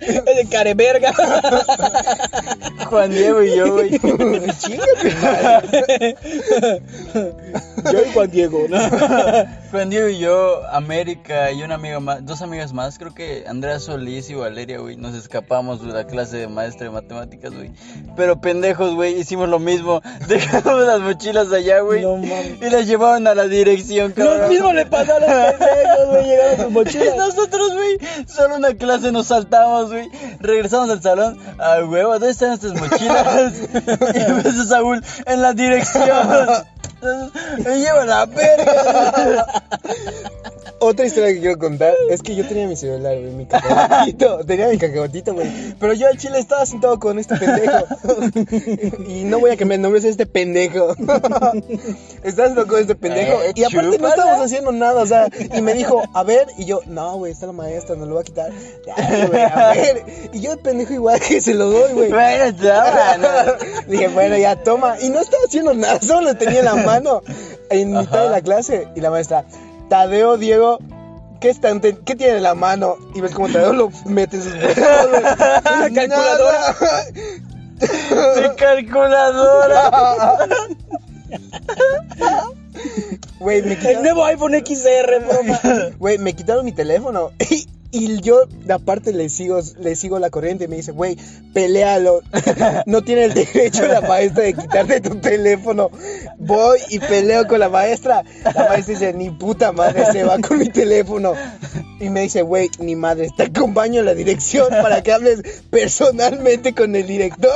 Es de careverga. Juan Diego y yo, güey. Chinga tu madre. Yo y Juan Diego, ¿no? Juan Diego y yo, América y una amiga más, dos amigas más, creo que Andrea Solís y Valeria, güey, nos escapamos de la clase de maestra de matemáticas, güey. Pero pendejos, güey, hicimos lo mismo. Dejamos las mochilas allá, güey. No mames. Y las llevaron a la dirección, cabrón. Lo mismo le pasó a los pendejos, güey, llegaron sus Y mochilas. nosotros, güey, solo una clase nos saltamos, güey. Regresamos al salón. Ah, huevo, ¿dónde están estas mochilas? y ves a Saúl en la dirección. Me lleva la verga. Otra historia que quiero contar es que yo tenía mi celular, güey, mi cacahuatito. Tenía mi cacahuatito, güey. Pero yo al chile estaba sentado con este pendejo. Y no voy a cambiar nombres, es este pendejo. Estaba sentado con este pendejo. Eh, Y aparte no chúpala. estábamos haciendo nada, o sea. Y me dijo, a ver. Y yo, no, güey, está la maestra, no lo va a quitar. Ya, güey, a ver. Y yo, el pendejo, igual que se lo doy, güey. Bueno, estaba, ¿no? Dije, bueno, ya toma. Y no estaba haciendo nada, solo lo tenía en la mano. En mitad de la clase. Y la maestra, Tadeo, Diego, ¿qué, está ante- ¿qué tiene en la mano? Y ves como Tadeo lo mete en sus Una calculadora. Mi calculadora. Güey, me El quitaron, nuevo iPhone XR, broma. güey, me quitaron mi teléfono. Y, y yo, aparte, le sigo, le sigo la corriente. Y me dice, güey, pelealo. No tiene el derecho la maestra de quitarte tu teléfono. Voy y peleo con la maestra. La maestra dice, ni puta madre, se va con mi teléfono. Y me dice, güey, ni madre, te acompaño a la dirección para que hables personalmente con el director.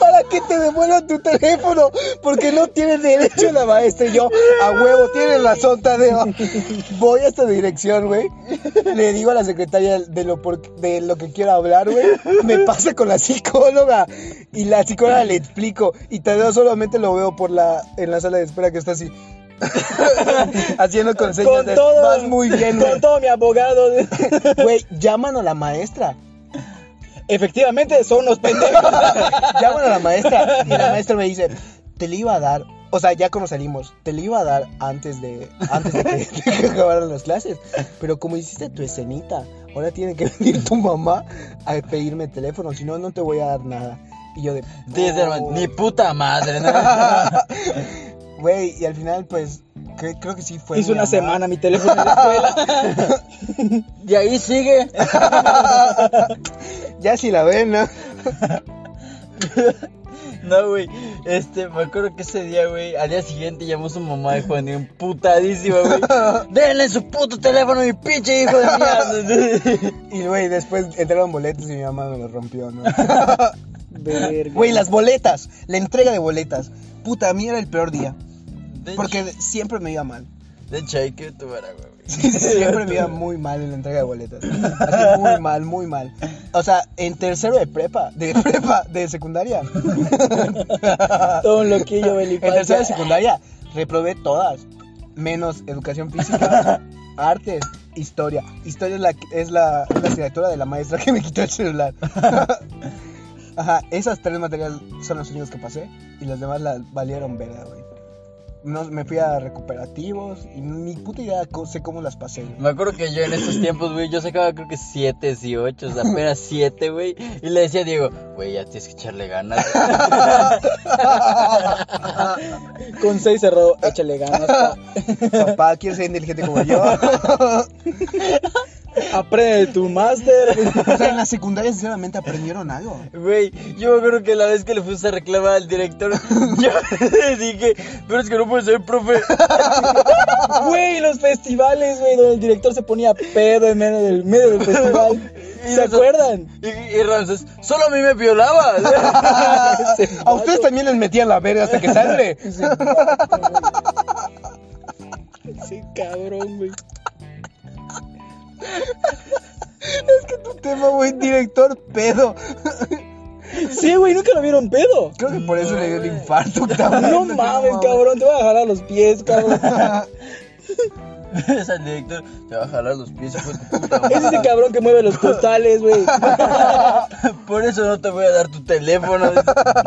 para que te devuelvan tu teléfono porque no tienes derecho la maestra. Y yo, a huevo, tienes razón, Tadeo. Voy a esta dirección, güey. Le digo a la secretaria de lo, por- de lo que quiero hablar, güey. Me pasa con la psicóloga. Y la psicóloga le explico. Y Tadeo solamente lo veo por la, en la sala de espera que está así. Haciendo con señas Con de, todo. Vas muy bien, güey. Con todo mi abogado. Güey, llaman a la maestra. Efectivamente, son unos pendejos. Llaman a la maestra y la maestra me dice, te le iba a dar, o sea, ya como salimos, te le iba a dar antes de, antes de que, de que acabaran las clases, pero como hiciste tu escenita, ahora tiene que venir tu mamá a pedirme el teléfono, si no, no te voy a dar nada. Y yo de, Dice, hermano, ni puta madre, ¿no? güey, y al final, pues, cre- creo que sí fue. Hice mi una mamá. semana mi teléfono en la escuela. Y ahí sigue. Ya si la ven, ¿no? No, güey. Este, me acuerdo que ese día, güey, al día siguiente llamó su mamá de Juan y emputadísima, güey. Denle su puto teléfono a mi pinche hijo de mierda. Y, güey, después entraron boletos y mi mamá me los rompió, ¿no? Verga. Güey, las boletas, la entrega de boletas. Puta, a mí era el peor día. De Porque siempre me iba mal. hecho- De hecho, hay que tu era, güey. Siempre me iba muy mal en la entrega de boletas. Así, muy mal, muy mal. O sea, en tercero de prepa, de prepa, de secundaria. Todo un loquillo, En tercero de Belifacio. secundaria reprobé todas, menos educación física, artes, historia. Historia es la, es la, es la asignatura de la maestra que me quitó el celular. Ajá, esas tres materias son las únicas que pasé y las demás las valieron verga, güey. No, me fui a recuperativos y ni puta idea co- sé cómo las pasé, güey. Me acuerdo que yo en esos tiempos, güey, yo sacaba creo que 7 y 8, o sea, apenas 7, güey. Y le decía a Diego, güey, ya tienes que echarle ganas. Con seis cerró, échale ganas. pa. Papá, quiero ser inteligente como yo. Aprende de tu máster. O sea, en la secundaria sinceramente aprendieron algo. Güey, yo me acuerdo que la vez que le fuiste a reclamar al director, yo le dije, pero es que no puede ser, profe. Güey, los festivales, güey, donde el director se ponía pedo en medio del, medio del festival. Y ¿Se eso- acuerdan? Y, y Ramses, solo a mí me violaba. Ese A ustedes vato. también les metían la verga hasta que sangre. Ese vato, güey. Ese cabrón, güey. Tu tema, güey, director pedo. Sí, güey, nunca lo vieron pedo. Creo que por eso le dio el infarto, cabrón. No mames, cabrón, te voy a jalar los pies, cabrón. Es al director, te va a jalar los pies, hijo de tu puta Es ese cabrón que mueve los postales, güey. madre. Por eso no te voy a dar tu teléfono.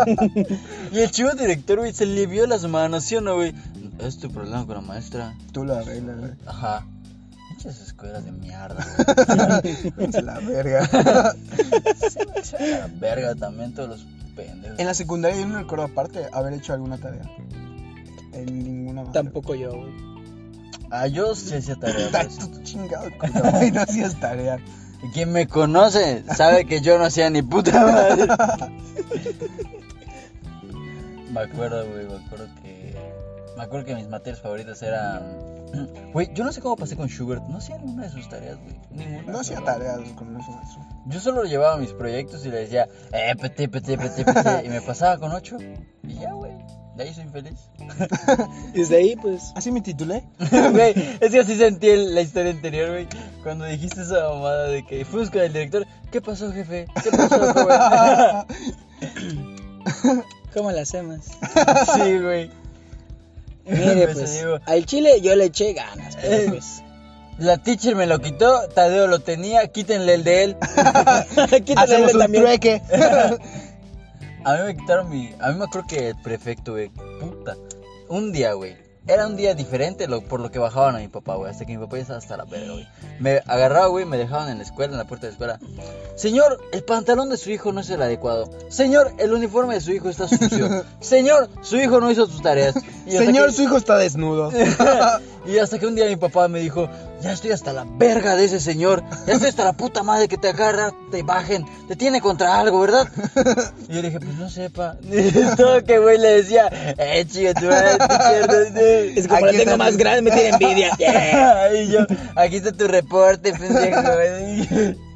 y el chivo director, güey, se le vio las manos, ¿sí o no, güey? Es tu problema con la maestra. Tú lo arreglas, güey. Ajá. Muchas escuelas de mierda, güey. Es la verga. Se van a la verga también todos los pendejos. En la secundaria yo no recuerdo aparte haber hecho alguna tarea. En ninguna más. Tampoco yo, güey. Ah, yo sí hacía tarea. Ay, pues. tú chingado, culo, güey, no hacías tarea. Y Quien me conoce sabe que yo no hacía ni puta madre. Me acuerdo, güey, me acuerdo que. Me acuerdo que mis materias favoritas eran. Güey, yo no sé cómo pasé con Schubert. No hacía ninguna de sus tareas, güey. Ninguna. No hacía pero- tareas con eso. eso. Yo solo llevaba mis proyectos y le decía, eh, pete, pete, pete, pete. y me pasaba con ocho. Y ya, güey. De ahí soy feliz. Desde ahí, pues. ¿Así me titulé? Güey, es que así sentí el- la historia anterior, güey. Cuando dijiste esa mamada de que fuimos con el director, ¿qué pasó, jefe? ¿Qué pasó, joven? ¿Cómo la hacemos? sí, güey. Mire, Pues, pues. digo, Al chile yo le eché ganas, Eh. pero pues. La teacher me lo quitó, Tadeo lo tenía, quítenle el de él. Quítale Hacemos el un también. trueque. A mí me quitaron mi. A mí me acuerdo que el prefecto, güey. Puta. Un día, güey. Era un día diferente lo- por lo que bajaban a mi papá, güey. Hasta que mi papá ya estaba hasta la verga, güey. Me agarraba, güey, me dejaban en la escuela, en la puerta de la escuela. Señor, el pantalón de su hijo no es el adecuado. Señor, el uniforme de su hijo está sucio. Señor, su hijo no hizo sus tareas. Y hasta Señor, que- su hijo está desnudo. y hasta que un día mi papá me dijo, ya estoy hasta la verga de ese señor, ya estoy hasta la puta madre que te agarra, te bajen, te tiene contra algo, ¿verdad? Y yo le dije, pues no sepa. Y todo que güey le decía, eh, chica, tú eres tu mierda". Es que como Aquí la tengo está más tu- grande, me tiene envidia. Yeah. Y yo, aquí está tu reporte, pendejo.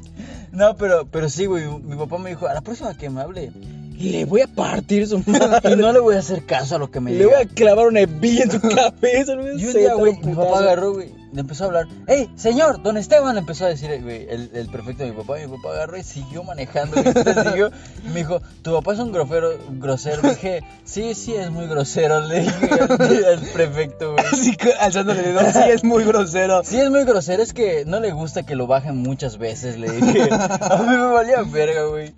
No, pero, pero sí, güey, mi papá me dijo, a la próxima que me hable, le voy a partir su madre. Y no le voy a hacer caso a lo que me Le voy diga. a clavar una hebilla en su cabeza. le voy a Y un azotar día, güey, un mi putazo. papá agarró, güey, le empezó a hablar. ¡Ey, señor! Don Esteban le empezó a decir, eh, güey, el, el prefecto de mi papá. Y mi papá agarró y siguió manejando. güey, entonces siguió, y me dijo, tu papá es un grofero, grosero. Le dije, sí, sí, es muy grosero. Le dije al, al prefecto, güey. Así que alzándole el dedo, sí es muy grosero. Sí, es muy grosero, es que no le gusta que lo bajen muchas veces, le dije. A mí me valía verga, güey.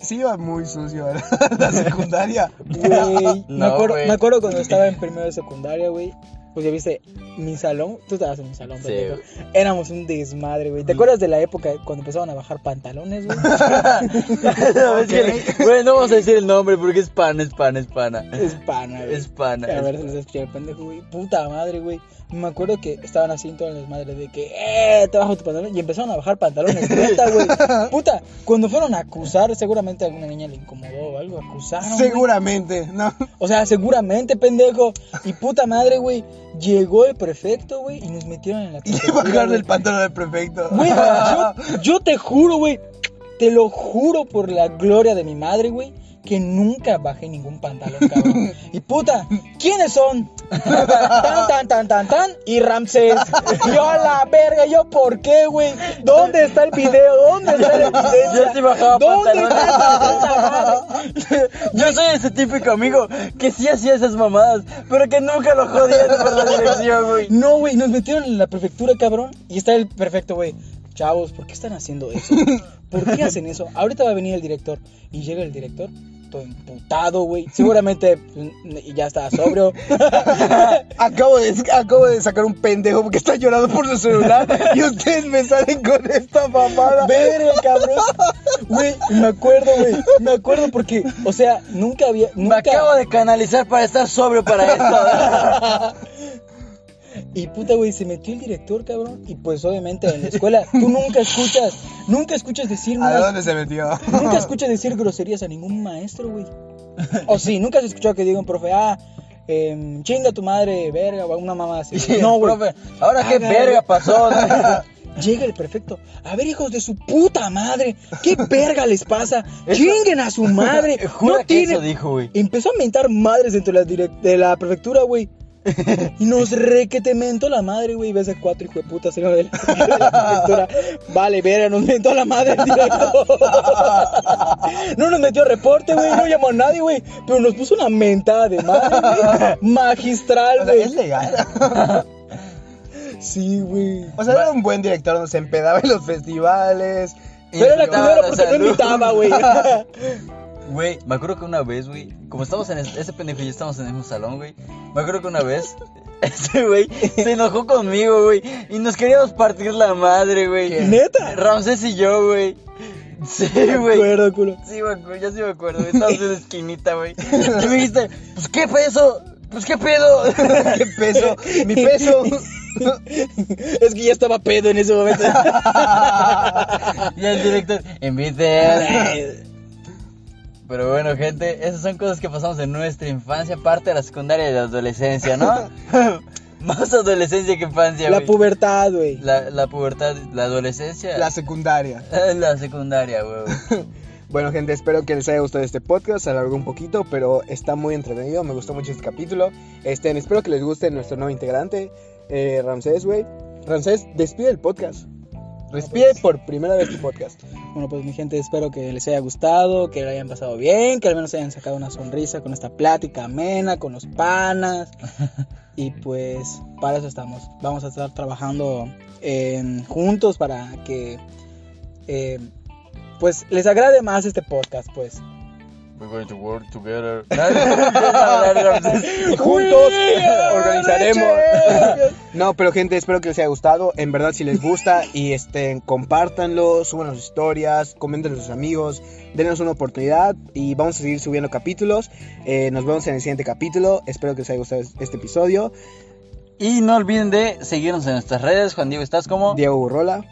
Sí iba muy sucio a la- la secundaria. Güey, me, No, acuerdo, güey. me acuerdo cuando estaba en primero de secundaria, güey. Pues ya viste, mi salón, tú estabas en mi salón, Sí, pendejo. Éramos un desmadre, güey. ¿Te acuerdas de la época cuando empezaban a bajar pantalones, güey? Ok. Güey, no vamos a decir el nombre porque es pana, es pana, es pana. Es pana, güey. Es pana. A es ver, se les escucha el pendejo, güey. Puta madre, güey. Me acuerdo que estaban así en todas las madres de que, eh, te bajo tu pantalón. Y empezaron a bajar pantalones. Puta, güey. Puta, cuando fueron a acusar, seguramente alguna niña le incomodó o algo. Acusaron. güey. Seguramente, ¿no? O sea, seguramente, pendejo. Y puta madre, güey. Llegó el prefecto, güey, y nos metieron en la Y prefectura, bajarle güey. el pantalón al prefecto. Güey, yo, yo te juro, güey. Te lo juro por la gloria de mi madre, güey. Que nunca bajé ningún pantalón, cabrón. Y puta, ¿quiénes son? Tan, tan, tan, tan, tan. Y Ramsés. Yo a la verga, yo por qué, güey. ¿Dónde está el video? ¿Dónde está la evidencia? Yo sí bajaba ¿Dónde pantalones. está el pantalón? Yo soy ese típico amigo que sí hacía esas mamadas, pero que nunca lo jodían por la dirección, güey. No, güey, nos metieron en la prefectura, cabrón. Y está el perfecto, güey. Chavos, ¿por qué están haciendo eso? ¿Por qué hacen eso? Ahorita va a venir el director. Y llega el director, todo imputado, güey. Seguramente pues, y ya está sobrio. Acabo de, acabo de sacar un pendejo porque está llorando por su celular y ustedes me salen con esta mamada. Verga, cabrón. Güey, me acuerdo, güey. Me acuerdo porque, o sea, nunca había. Me Nunca... acabo de canalizar para estar sobrio para esto. Y puta, güey, se metió el director, cabrón. Y pues, obviamente, en la escuela, tú nunca escuchas. Nunca escuchas decir ¿A nada. dónde se metió? Nunca escuché decir groserías a ningún maestro, güey. O sí, nunca se escuchó que diga un profe, ah, em, chinga tu madre, verga, o una mamá así. güey. No, güey. profe. Ahora qué Hágalo. verga pasó. Llega el prefecto. A ver, hijos de su puta madre, ¿qué verga les pasa? Chinguen a su madre. Jura no que tienen. eso dijo, güey. Empezó a mentar madres dentro de la, direc- de la prefectura, güey. Y nos requete mentó la madre, güey. Ves a cuatro hijo de puta saliendo de la, de la prefectura. Vale, verga, nos mentó la madre en directo. No nos metió reporte, güey. No llamó a nadie, güey. Pero nos puso una mentada de madre, güey. Magistral, O sea, güey. es legal. Sí, güey. O sea, era un buen director, nos empedaba en los festivales. Pero era Invitaba- culero la porque no salud. invitaba, güey. Güey, me acuerdo que una vez, güey, como estamos en es- ese pendejo y yo estamos en el mismo salón, güey. Me acuerdo que una vez ese güey se enojó conmigo, güey, y nos queríamos partir la madre, güey. ¿Neta? Ramsés y yo, güey. Sí, güey. Cuero, culo. Sí, me acuerdo, yo sí me acuerdo, güey. Estábamos en una esquinita, güey. Y me dijiste, pues qué peso, pues qué pedo. ¿Qué peso? Mi peso. Es que ya estaba pedo en ese momento. Y el director, invite. Pero bueno, gente, esas son cosas que pasamos en nuestra infancia, parte de la secundaria y la adolescencia, ¿no? Más adolescencia que infancia, La güey. pubertad, güey. la, la pubertad, la adolescencia. La secundaria. la secundaria, güey. Bueno, gente, espero que les haya gustado este podcast. Se alargó un poquito, pero está muy entretenido. Me gustó mucho este capítulo. Este, espero que les guste nuestro nuevo integrante, eh, Ramsés, güey. Ramsés, despide el podcast. Despide por primera vez tu podcast. Bueno, pues mi gente, espero que les haya gustado, que lo hayan pasado bien, que al menos hayan sacado una sonrisa con esta plática amena, con los panas. Y pues para eso estamos. Vamos a estar trabajando en- juntos para que eh, pues les agrade más este podcast, pues. We're going to work together. Nadie- Y juntos organizaremos. No, pero gente, espero que les haya gustado. En verdad, si les gusta, y este, compártanlo, suban sus historias, comenten a sus amigos, denos una oportunidad y vamos a seguir subiendo capítulos. Eh, nos vemos en el siguiente capítulo. Espero que les haya gustado este episodio. y no olviden de seguirnos en nuestras redes. Juan Diego, ¿estás como? Diego Burrola.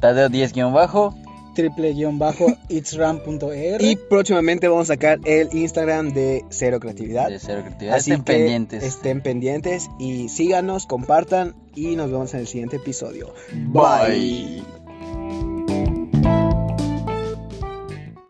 Tadeo 10-bajo. triple guión bajo er. itsram.er Y próximamente vamos a sacar el Instagram de Cero Creatividad. De cero creatividad. Así Estén que pendientes. Estén pendientes y síganos, compartan y nos vemos en el siguiente episodio. Bye.